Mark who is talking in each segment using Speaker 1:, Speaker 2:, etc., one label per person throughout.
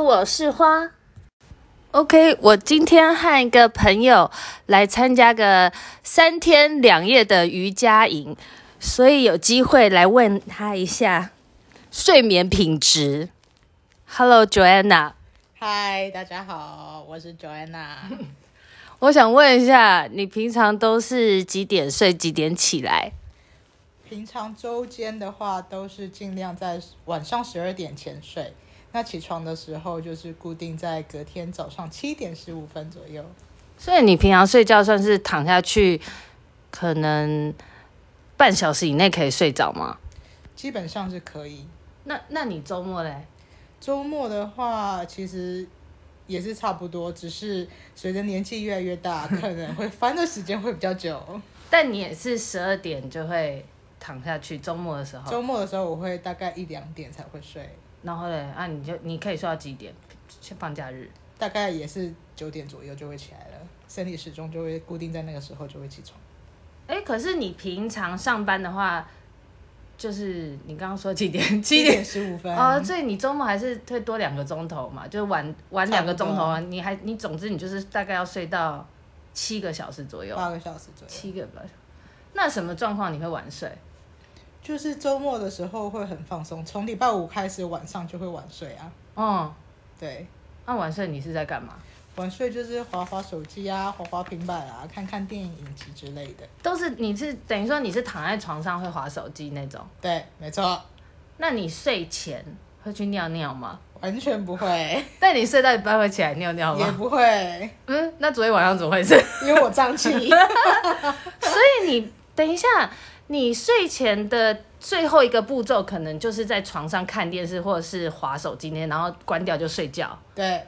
Speaker 1: 我是花。
Speaker 2: OK，我今天和一个朋友来参加个三天两夜的瑜伽营，所以有机会来问他一下睡眠品质。Hello，Joanna，
Speaker 3: 嗨，大家好，我是 Joanna。
Speaker 2: 我想问一下，你平常都是几点睡，几点起来？
Speaker 3: 平常周间的话，都是尽量在晚上十二点前睡。那起床的时候就是固定在隔天早上七点十五分左右。
Speaker 2: 所以你平常睡觉算是躺下去，可能半小时以内可以睡着吗？
Speaker 3: 基本上是可以。
Speaker 2: 那那你周末嘞？
Speaker 3: 周末的话，其实也是差不多，只是随着年纪越来越大，可能会翻的时间会比较久。
Speaker 2: 但你也是十二点就会躺下去，周末的时候。
Speaker 3: 周末的时候，我会大概一两点才会睡，
Speaker 2: 然后嘞，啊，你就你可以睡到几点？去放假日。
Speaker 3: 大概也是九点左右就会起来了。生理时钟就会固定在那个时候就会起床。
Speaker 2: 哎、可是你平常上班的话，就是你刚刚说几 点？七点。
Speaker 3: 十五分。
Speaker 2: 哦，所以你周末还是会多两个钟头嘛，就是晚晚两个钟头啊。你还你总之你就是大概要睡到七个小时左右。
Speaker 3: 八个小时左右。
Speaker 2: 七个吧。那什么状况你会晚睡？
Speaker 3: 就是周末的时候会很放松，从礼拜五开始晚上就会晚睡啊。
Speaker 2: 哦，
Speaker 3: 对，
Speaker 2: 那晚睡你是在干嘛？
Speaker 3: 晚睡就是滑滑手机啊，滑滑平板啊，看看电影、影集之类的。
Speaker 2: 都是你是等于说你是躺在床上会划手机那种？
Speaker 3: 对，没错，
Speaker 2: 那你睡前会去尿尿吗？
Speaker 3: 完全不会，
Speaker 2: 那你睡到一半会起来尿尿
Speaker 3: 也
Speaker 2: 吗？
Speaker 3: 不会，
Speaker 2: 嗯，那昨天晚上怎么回事？
Speaker 3: 因为我胀气。
Speaker 2: 所以你等一下，你睡前的最后一个步骤可能就是在床上看电视或者是划手机那，然后关掉就睡觉，
Speaker 3: 对，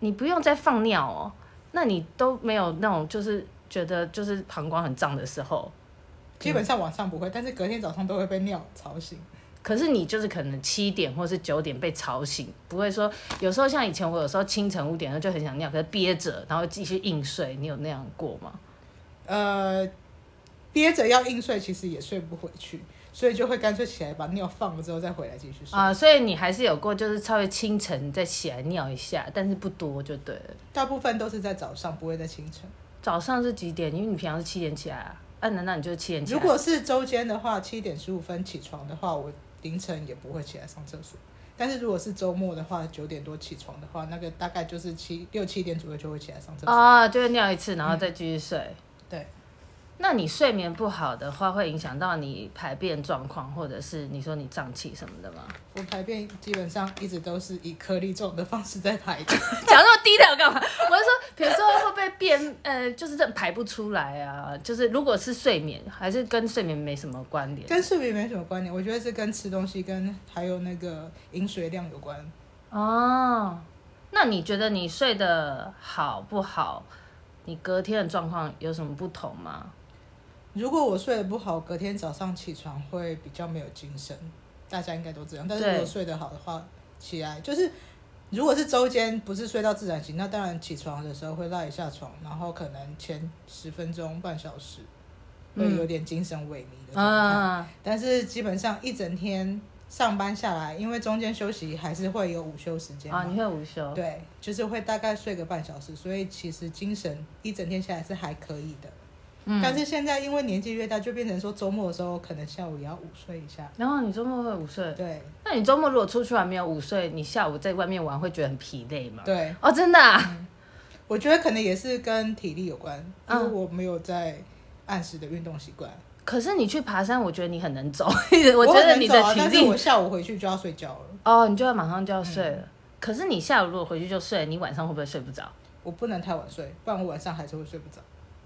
Speaker 2: 你不用再放尿哦。那你都没有那种就是觉得就是膀胱很胀的时候，
Speaker 3: 基本上晚上不会，但是隔天早上都会被尿吵醒。
Speaker 2: 可是你就是可能七点或是九点被吵醒，不会说有时候像以前我有时候清晨五点的时候就很想尿，可是憋着，然后继续硬睡，你有那样过吗？
Speaker 3: 呃，憋着要硬睡，其实也睡不回去，所以就会干脆起来把尿放了之后再回来继续睡。
Speaker 2: 啊、所以你还是有过，就是稍微清晨再起来尿一下，但是不多就对了。
Speaker 3: 大部分都是在早上，不会在清晨。
Speaker 2: 早上是几点？因为你平常是七点起来啊，啊，难道你就是七点起来？
Speaker 3: 如果是周间的话，七点十五分起床的话，我凌晨也不会起来上厕所。但是如果是周末的话，九点多起床的话，那个大概就是七六七点左右就会起来上厕所。
Speaker 2: 啊，就会尿一次，然后再继续睡。
Speaker 3: 对，
Speaker 2: 那你睡眠不好的话，会影响到你排便状况，或者是你说你胀气什么的 吗？
Speaker 3: 我排便基本上一直都是以颗粒状的方式在排的。
Speaker 2: 讲那么低调干嘛？我是说，比如说会不会变呃，就是这排不出来啊？就是如果是睡眠，还是跟睡眠没什么关联
Speaker 3: 跟睡眠没什么关联，我觉得是跟吃东西跟还有那个饮水量有关。
Speaker 2: 哦。那你觉得你睡得好不好？你隔天的状况有什么不同吗？
Speaker 3: 如果我睡得不好，隔天早上起床会比较没有精神，大家应该都这样。但是
Speaker 2: 对
Speaker 3: 如果睡得好的话，起来就是，如果是周间不是睡到自然醒，那当然起床的时候会赖一下床，然后可能前十分钟半小时会
Speaker 2: 嗯
Speaker 3: 有点精神萎靡的状态，
Speaker 2: 嗯，
Speaker 3: 但是基本上一整天上班下来，因为中间休息还是会有午休时间嘛
Speaker 2: 啊，你会午休。
Speaker 3: 对，就是会大概睡个半小时，所以其实精神一整天下来是还可以的。
Speaker 2: 嗯
Speaker 3: 但是现在因为年纪越大，就变成说周末的时候可能下午也要午睡一下。
Speaker 2: 然后你周末会午睡？
Speaker 3: 对
Speaker 2: 那你周末如果出去玩没有午睡，你下午在外面玩会觉得很疲累吗？
Speaker 3: 对，
Speaker 2: 哦，真的、啊
Speaker 3: 我觉得可能也是跟体力有关，因为
Speaker 2: 嗯
Speaker 3: 我没有在按时的运动习惯。
Speaker 2: 可是你去爬山，我觉得你很能走，
Speaker 3: 我
Speaker 2: 我觉
Speaker 3: 很
Speaker 2: 得
Speaker 3: 能
Speaker 2: 你
Speaker 3: 走
Speaker 2: 的
Speaker 3: 啊
Speaker 2: 体
Speaker 3: 但是
Speaker 2: 力
Speaker 3: 我嗯下午回去就要睡觉了，
Speaker 2: 哦，你就要马上就要睡了。可是你下午如果回去就睡，你晚上会不会睡不着？
Speaker 3: 我不能太晚睡，不然我晚上还是会睡不着，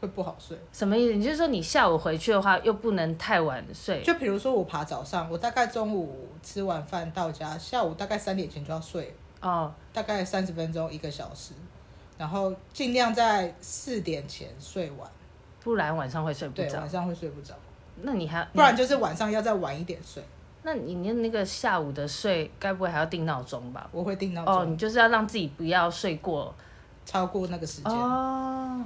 Speaker 3: 会不好睡。
Speaker 2: 什么意思？你就是说你下午回去的话，又不能太晚睡。
Speaker 3: 就比如说我爬早上，我大概中午吃完饭到家，下午大概三点前就要睡了
Speaker 2: 哦，
Speaker 3: 大概三十分钟一个小时，然后尽量在四点前睡完，
Speaker 2: 不然晚上会睡不
Speaker 3: 对，
Speaker 2: 着
Speaker 3: 晚。上会睡不着，
Speaker 2: 那你还
Speaker 3: 不然就是晚上要再晚一点睡，
Speaker 2: 那你那那个下午的睡，该不会还要定闹钟吧？
Speaker 3: 我会定闹
Speaker 2: 哦，
Speaker 3: 钟、
Speaker 2: 你就是要让自己不要睡过
Speaker 3: 超过那个时间。
Speaker 2: 哦，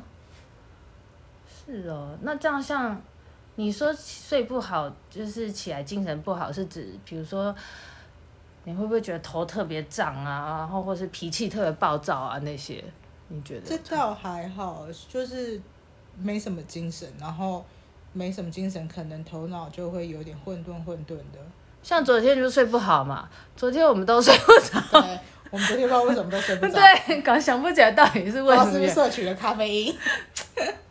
Speaker 2: 是哦，那这样像你说睡不好，就是起来精神不好，是指比如说你会不会觉得头特别胀啊，然后或是脾气特别暴躁啊那些？你觉
Speaker 3: 这
Speaker 2: 得？
Speaker 3: 倒还好，就是没什么精神，然后没什么精神，可能头脑就会有点混沌混沌 的。
Speaker 2: 像昨天就睡不好嘛，昨天我们 都睡不着，
Speaker 3: 对，我们昨天不知道为什么都睡不着，
Speaker 2: 对，搞想不起来到底是
Speaker 3: 不
Speaker 2: 为
Speaker 3: 知
Speaker 2: 什
Speaker 3: 道
Speaker 2: 么
Speaker 3: 是不是摄取了咖啡因。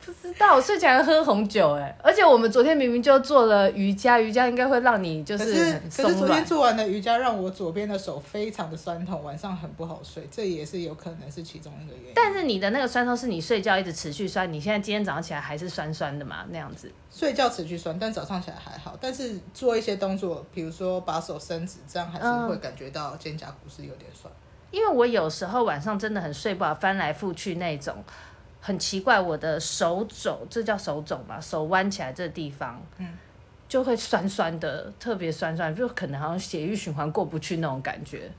Speaker 2: 不知道，我睡前还喝红酒哎、而且我们昨天明明就做了瑜伽，瑜伽应该会让你就
Speaker 3: 可是
Speaker 2: 很
Speaker 3: 可是
Speaker 2: 松
Speaker 3: 昨天
Speaker 2: 软。
Speaker 3: 做完的瑜伽让我左边的手非常的酸痛，晚上很不好睡，这也是有可能是其中一个原因。
Speaker 2: 但是你的那个酸痛是你睡觉一直持续酸，你现在今天早上起来还是酸酸的嘛？那样子，
Speaker 3: 睡觉持续酸，但早上起来还好。但是做一些动作，比如说把手伸直，这样还是
Speaker 2: 嗯
Speaker 3: 会感觉到肩胛骨是有点酸。
Speaker 2: 因为我有时候晚上真的很睡不好，翻来覆去那种，很奇怪，我的手肘，这叫手肘嘛，手弯起来这地方，
Speaker 3: 嗯
Speaker 2: 就会酸酸的，特别酸酸，就可能好像血液循环过不去那种感觉。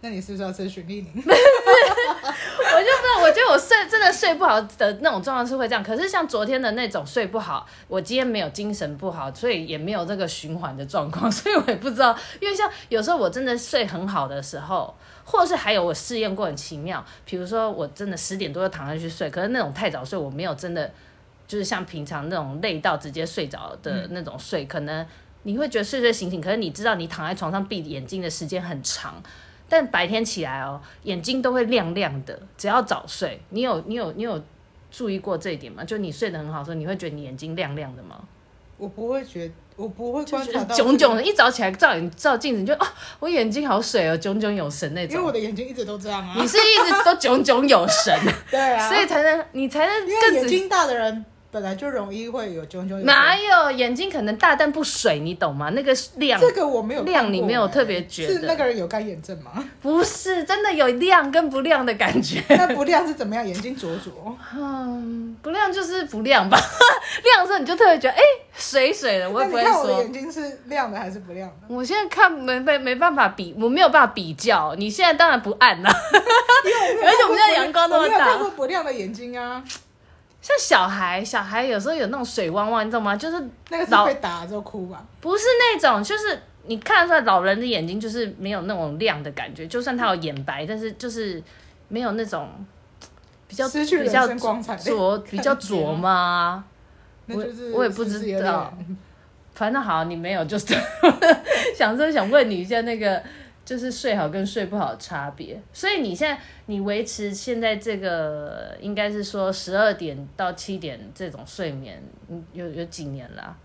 Speaker 3: 那你是不是要吃循利
Speaker 2: 嗯
Speaker 3: 宁？
Speaker 2: 我就不知道，我觉得我睡真的睡不好的那种状况是会这样。可是像昨天的那种睡不好，我今天没有精神不好，所以也没有这个循环的状况， 所以我也不知道。因为像有时候我真的睡很好的时候，或是还有我试验过很奇妙，比如说我真的十点多就躺下去睡，可是那种太早睡我没有真的就是像平常那种累到直接睡着的那种睡，可能你会觉得睡睡醒醒，可是你知道你躺在床上闭眼睛的时间很长。但白天起来哦，眼睛都会亮亮的。只要早睡，你有你有你有注意过这一点吗？就你睡得很好的时候，你会觉得你眼睛亮亮的吗？
Speaker 3: 我不会觉我不会
Speaker 2: 就
Speaker 3: 观
Speaker 2: 是
Speaker 3: 察到
Speaker 2: 炯
Speaker 3: 这个
Speaker 2: 炯的，一早起来照眼照镜子，你就哦，我眼睛好水哦，炯炯有神那
Speaker 3: 因为我
Speaker 2: 种。
Speaker 3: 的眼睛一直都这样啊
Speaker 2: 你。是一直都炯炯有神，
Speaker 3: 对啊，
Speaker 2: 所以才能你才能
Speaker 3: 因为
Speaker 2: 更
Speaker 3: 眼
Speaker 2: 仔细。
Speaker 3: 睛大的人本来就容易会有炯炯有神。
Speaker 2: 哪有眼睛可能大但不水，你懂吗？那个亮
Speaker 3: 这个我没有看过欸
Speaker 2: 亮你没有特别觉得
Speaker 3: 是那个人有干眼症吗？
Speaker 2: 不是真的有亮跟不亮的感觉。
Speaker 3: 那不亮是怎么样？眼睛灼灼，
Speaker 2: 嗯，不亮就是不亮吧， 亮的时候你就特别觉得哎、水水的，我也
Speaker 3: 那你
Speaker 2: 不会
Speaker 3: 看我的
Speaker 2: 说
Speaker 3: 眼。睛是亮的还是不亮的？
Speaker 2: 我现在看没没没办法比，我没有办法比较。你现在当然不暗啦，而且我们现在阳光那
Speaker 3: 我
Speaker 2: 么
Speaker 3: 没有看
Speaker 2: 大
Speaker 3: 过，不亮的眼睛啊，
Speaker 2: 像小孩，小孩有时候有那种水汪汪，你懂吗？就是
Speaker 3: 那个是
Speaker 2: 老
Speaker 3: 被打了之后哭吧？
Speaker 2: 不是那种，就是你看得出来老人的眼睛就是没有那种亮的感觉，就算他有眼白，但是就是没有那种比较
Speaker 3: 失去
Speaker 2: 比较
Speaker 3: 人生光彩的
Speaker 2: 浊比较浊嘛。
Speaker 3: 那
Speaker 2: 我
Speaker 3: 就是
Speaker 2: 我也不
Speaker 3: 是是
Speaker 2: 知
Speaker 3: 有
Speaker 2: 道
Speaker 3: 点
Speaker 2: 反正好，你没有，就是 想说想问你一下那个，就是睡好跟睡不好的差别。所以你现在你维持现在这个，应该是说十二点到七点这种睡眠，你有有几年啦、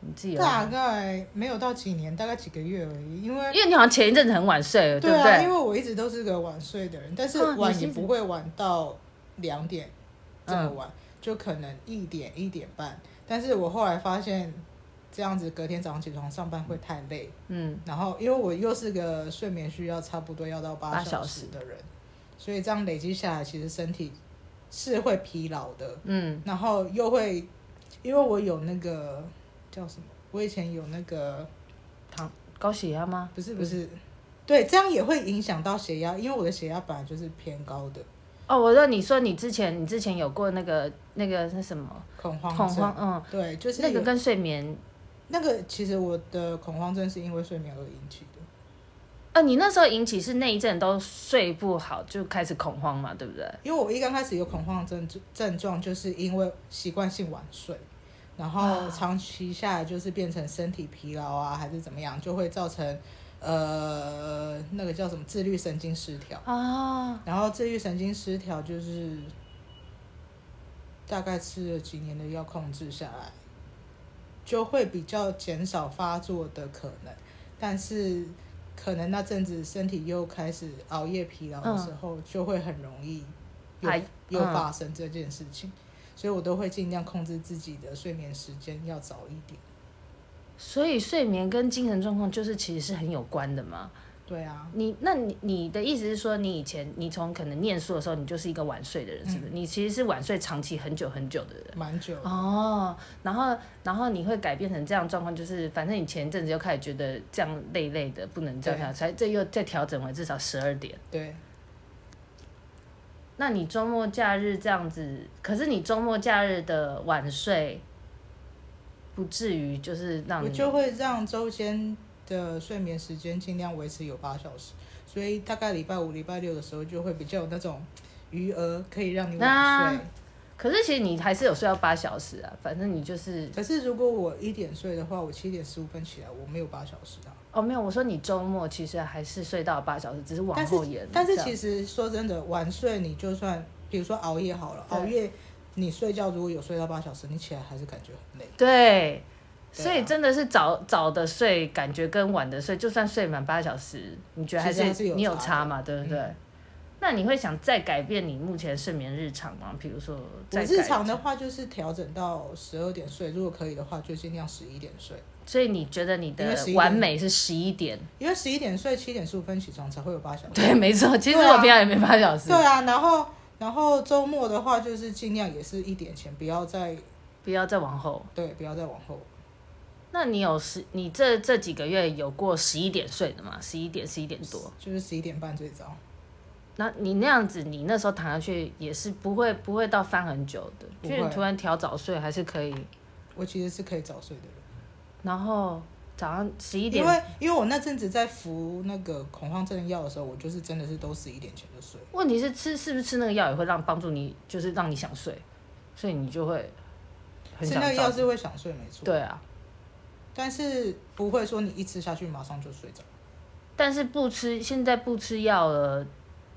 Speaker 2: 你自己有？啊
Speaker 3: 大概没有到几年，大概几个月而已，因为。
Speaker 2: 因为你好像前一阵子很晚睡了，对
Speaker 3: 对
Speaker 2: 不
Speaker 3: 啊，
Speaker 2: 对
Speaker 3: 因？为我一直都是个晚睡的人，但是
Speaker 2: 哦你
Speaker 3: 晚
Speaker 2: 是
Speaker 3: 也
Speaker 2: 一直
Speaker 3: 不会晚到两点这么晚，
Speaker 2: 嗯
Speaker 3: 就可能一点一点半。但是我后来发现，这样子隔天早上起床上班会太累，
Speaker 2: 嗯，
Speaker 3: 然后因为我又是个睡眠需要差不多要到
Speaker 2: 八
Speaker 3: 八
Speaker 2: 小
Speaker 3: 小
Speaker 2: 时
Speaker 3: 时的人，所以这样累积下来，其实身体是会疲劳的。
Speaker 2: 嗯，
Speaker 3: 然后又会，因为我有那个叫什么，我以前有那个
Speaker 2: 糖高血压吗？
Speaker 3: 不是不是，对，这样也会影响到血压，因为我的血压本来就是偏高的，
Speaker 2: 哦，我知道你说你之前你之前有过那个那个是什么
Speaker 3: 恐慌
Speaker 2: 恐
Speaker 3: 症。
Speaker 2: 慌，嗯，
Speaker 3: 对，就是
Speaker 2: 那个
Speaker 3: 有
Speaker 2: 跟睡眠。
Speaker 3: 那个，其实我的恐慌症是因为睡眠而引起的。
Speaker 2: 啊，你那时候引起是那一阵都睡不好，就开始恐慌嘛，对不对？
Speaker 3: 因为我一刚开始有恐慌症症状，就是因为习惯性晚睡，然后
Speaker 2: 啊
Speaker 3: 长期下来就是变成身体疲劳啊，还是怎么样，就会造成呃那个叫什么自律神经失调。
Speaker 2: 啊，
Speaker 3: 然后自律神经失调就是大概吃了几年的药控制下来，就会比较减少发作的可能，但是可能那阵子身体又开始熬夜疲劳的时候，就会很容易又
Speaker 2: 哎
Speaker 3: 又
Speaker 2: 嗯
Speaker 3: 发生这件事情。所以我都会尽量控制自己的睡眠时间，要早一点。
Speaker 2: 所以睡眠跟精神状况就是其实是很有关的嘛。
Speaker 3: 对啊，
Speaker 2: 你那你你的意思是说，你以前你从可能念书的时候，你就是一个晚睡的人，是不是？你其实是晚睡长期很久很久的人。
Speaker 3: 蛮久的。
Speaker 2: 哦，然后然后你会改变成这样的状况，就是反正你前一阵子就开始觉得这样累累的，不能这样
Speaker 3: 对
Speaker 2: 下去，才这又再调整为至少十二点。
Speaker 3: 对，
Speaker 2: 那你周末假日这样子，可是你周末假日的晚睡，不至于就是让
Speaker 3: 我
Speaker 2: 你
Speaker 3: 就会让周间的睡眠时间尽量维持有八小时，所以大概礼拜五、礼拜六的时候就会比较有那种余额可以让你晚睡。
Speaker 2: 可是其实你还是有睡到八小时啊，反正你就是
Speaker 3: 可是如果我一点睡的话，我七点十五分起来，我没有八小时啊。
Speaker 2: 哦，没有，我说你周末其实还是睡到八小时，只是往
Speaker 3: 但
Speaker 2: 后
Speaker 3: 是
Speaker 2: 延。
Speaker 3: 但是
Speaker 2: 嗯这样
Speaker 3: 其实说真的，晚睡你就算，比如说熬夜好了，
Speaker 2: 对
Speaker 3: 熬夜你睡觉如果有睡到八小时，你起来还是感觉很累。
Speaker 2: 对，
Speaker 3: 对啊
Speaker 2: 所以真的是早早的睡，感觉跟晚的睡，就算睡满八小时，你觉得还
Speaker 3: 其实
Speaker 2: 是
Speaker 3: 还是有
Speaker 2: 你有
Speaker 3: 差的
Speaker 2: 差嘛，对不对？那你会想再改变你目前的睡眠日常吗？比如说
Speaker 3: 我
Speaker 2: 再改
Speaker 3: 日常的，话就是调整到十二点睡，如果可以的话就尽量十一点睡，
Speaker 2: 所以你觉得你
Speaker 3: 因为
Speaker 2: 的
Speaker 3: 11
Speaker 2: 完美是十一点？
Speaker 3: 因为十一点睡七点十五分起床才会有八小时。
Speaker 2: 对，没错。其实
Speaker 3: 对啊
Speaker 2: 我平常也没八小时，
Speaker 3: 对啊，然后然后周末的话就是尽量也是一点前，不要再
Speaker 2: 不要再往后。
Speaker 3: 对，不要再往后。
Speaker 2: 那你有十，你这这几个月有过十一点睡的吗？十一点、十一点多？
Speaker 3: 就是十一点半最早。
Speaker 2: 那你那样子，你那时候躺下去也是不会不会到翻很久的，
Speaker 3: 不
Speaker 2: 就
Speaker 3: 会
Speaker 2: 是你突然调早睡还是可以。
Speaker 3: 我其实是可以早睡的人，
Speaker 2: 然后早上十一
Speaker 3: 因
Speaker 2: 点，
Speaker 3: 为因为我那阵子在服那个恐慌症的药的时候，我就是真的是都十一点前就睡。
Speaker 2: 问题是吃是不是吃那个药也会让帮助你，就是让你想睡，所以你就会很
Speaker 3: 吃
Speaker 2: 想
Speaker 3: 那个
Speaker 2: 早
Speaker 3: 药是会想睡，没错。，
Speaker 2: 对啊，
Speaker 3: 但是不会说你一吃下去马上就睡着。
Speaker 2: 但是不吃现在不吃药了，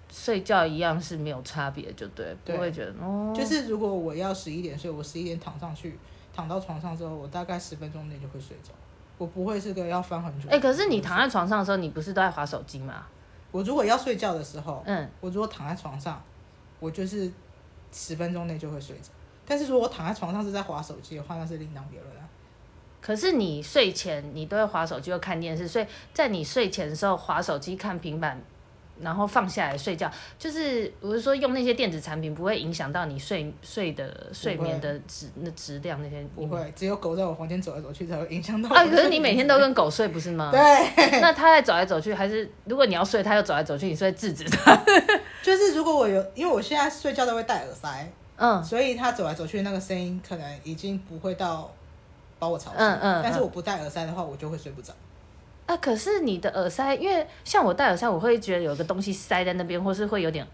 Speaker 2: 睡觉一样是没有差别，就对，
Speaker 3: 对
Speaker 2: 不会觉得哦，
Speaker 3: 就是如果我要十一点睡，我十一点躺上去，躺到床上之后，我大概十分钟内就会睡着。我不会是个要翻很久。
Speaker 2: 哎、可是你躺，在床上的时候，你不是都在划手机吗？
Speaker 3: 我如果要睡觉的时候，
Speaker 2: 嗯，
Speaker 3: 我如果躺在床上，我就是十分钟内就会睡着。但是如果我躺在床上是在划手机的话，那是另当别论啊。
Speaker 2: 可是你睡前你都会划手机又看电视，所以在你睡前的时候划手机看平板，然后放下来睡觉，就是我是说用那些电子产品不会影响到你睡睡的睡眠的质那质量那些。
Speaker 3: 不。会，只有狗在我房间走来走去才会影响到
Speaker 2: 嗯
Speaker 3: 我。
Speaker 2: 啊，可 是你每天都跟狗睡不是吗？
Speaker 3: 对，
Speaker 2: 那它在走来走去，还是如果你要睡，它又走来走去，你是会制止它？
Speaker 3: 就是如果我有，因为我现在睡觉都会戴耳塞，
Speaker 2: 嗯
Speaker 3: 所以它走来走去那个声音可能已经不会到把我吵醒。
Speaker 2: 嗯嗯
Speaker 3: 但是我不戴耳塞的话，我就会睡不着。
Speaker 2: 啊，可是你的耳塞，因为像我戴耳塞，我会觉得有个东西塞在那边，或是会有点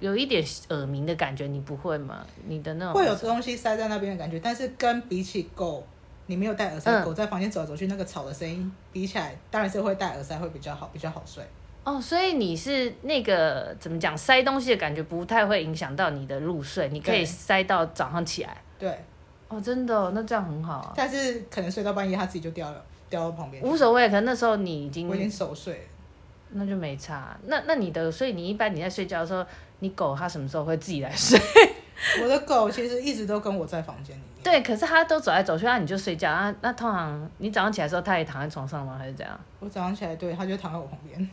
Speaker 2: 有一点耳鸣的感觉，你不会吗？你的那种
Speaker 3: 会有东西塞在那边的感觉，但是跟比起狗，你没有戴耳塞，
Speaker 2: 嗯
Speaker 3: 狗在房间走来走去那个吵的声音比起来，当然是会戴耳塞会比较好，比较好睡。
Speaker 2: 哦，所以你是那个怎么讲塞东西的感觉不太会影响到你的入睡，你可
Speaker 3: 对
Speaker 2: 以塞到早上起来。
Speaker 3: 对，
Speaker 2: 哦，真的哦、那这样很好啊，
Speaker 3: 但是可能睡到半夜，它自己就掉了，掉到旁边去。
Speaker 2: 无所谓。可能那时候你已经
Speaker 3: 我已经熟睡了，
Speaker 2: 那就没差。那那你的，所以你一般你在睡觉的时候，你狗它什么时候会自己来睡？
Speaker 3: 我的狗其实一直都跟我在房间里面。
Speaker 2: 对，可是它都走来走去，那你就睡觉啊。那通常你早上起来的时候，它也躺在床上吗？还是怎样？
Speaker 3: 我早上起来，对，它就躺在我旁边。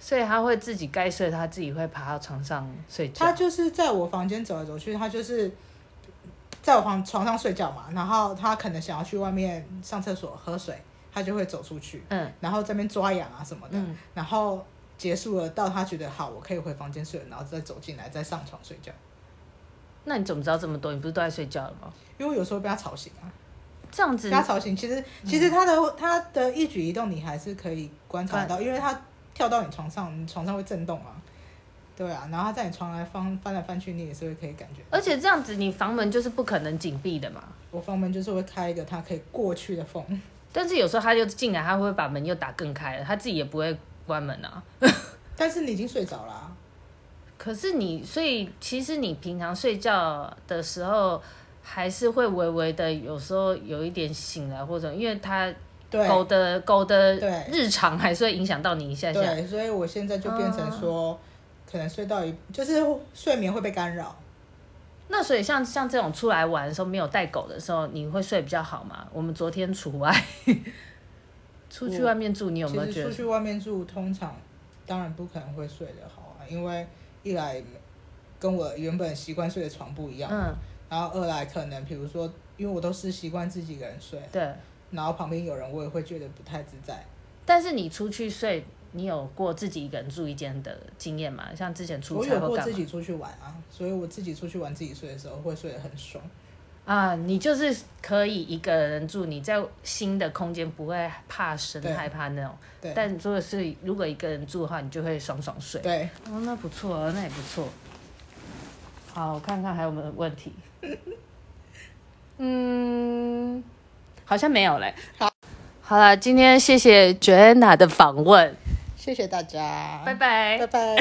Speaker 2: 所以它会自己该睡，它自己会爬到床上睡觉
Speaker 3: 它。就是在我房间走来走去，它就是在我房床上睡觉嘛，然后它可能想要去外面上厕所喝水，它就会走出去，
Speaker 2: 嗯
Speaker 3: 然后这边抓痒啊什么的，
Speaker 2: 嗯，
Speaker 3: 然后结束了到它觉得好，我可以回房间睡了，然后再走进来再上床睡觉，
Speaker 2: 那你怎么知道这么多？你不是都在睡觉了吗？
Speaker 3: 因为我有时候被它吵醒啊，
Speaker 2: 这样子
Speaker 3: 被它吵醒，其实
Speaker 2: 嗯
Speaker 3: 其实它的它的一举一动你还是可以观察到，因为它跳到你床上，你床上会震动啊。对啊，然后它在你床来翻翻来翻去，你也是会可以感觉到。
Speaker 2: 而且这样子，你房门就是不可能紧闭的嘛。
Speaker 3: 我房门就是会开一个它可以过去的缝，
Speaker 2: 但是有时候他就进来，他会把门又打更开了，他自己也不会关门啊。
Speaker 3: 但是你已经睡着啦、啊
Speaker 2: 可是你，所以其实你平常睡觉的时候，还是会微微的，有时候有一点醒来或者，因为它
Speaker 3: 对
Speaker 2: 狗的狗的
Speaker 3: 对
Speaker 2: 日常还是会影响到你一下哦下。
Speaker 3: 哎对，所以我现在就变成说，可能睡到一就是睡眠会被干扰。
Speaker 2: 那所以像像这种出来玩的时候，没有带狗的时候，你会睡比较好吗？我们昨天除外， 出去
Speaker 3: 我
Speaker 2: 外面住，你有没有
Speaker 3: 其
Speaker 2: 觉
Speaker 3: 实
Speaker 2: 得
Speaker 3: 出去外面住，通常当然不可能会睡得好啊，因为一来跟我原本习惯睡的床不一样，
Speaker 2: 嗯，
Speaker 3: 然后二来可能比如说，因为我都是习惯自己一个人睡，
Speaker 2: 对。
Speaker 3: 然后旁边有人，我也会觉得不太自在。
Speaker 2: 但是你出去睡，你有过自己一个人住一间的经验吗？像之前出
Speaker 3: 我
Speaker 2: 差
Speaker 3: 有
Speaker 2: 或
Speaker 3: 过
Speaker 2: 干
Speaker 3: 自
Speaker 2: 嘛？
Speaker 3: 己出去玩啊，所以我自己出去玩自己睡的时候会睡得很爽。
Speaker 2: 啊，你就是可以一个人住，你在新的空间不会怕生
Speaker 3: 对
Speaker 2: 害怕那种。
Speaker 3: 对
Speaker 2: 但如果是如果一个人住的话，你就会爽爽睡。
Speaker 3: 对，
Speaker 2: 哦，那不错啊，那也不错。好，我看看还有没有问 题。嗯，好像没有嘞。
Speaker 3: 好，
Speaker 2: 好了，今天谢谢 Joanna 的访问，
Speaker 3: 谢谢大家，
Speaker 2: 拜拜
Speaker 3: 拜拜。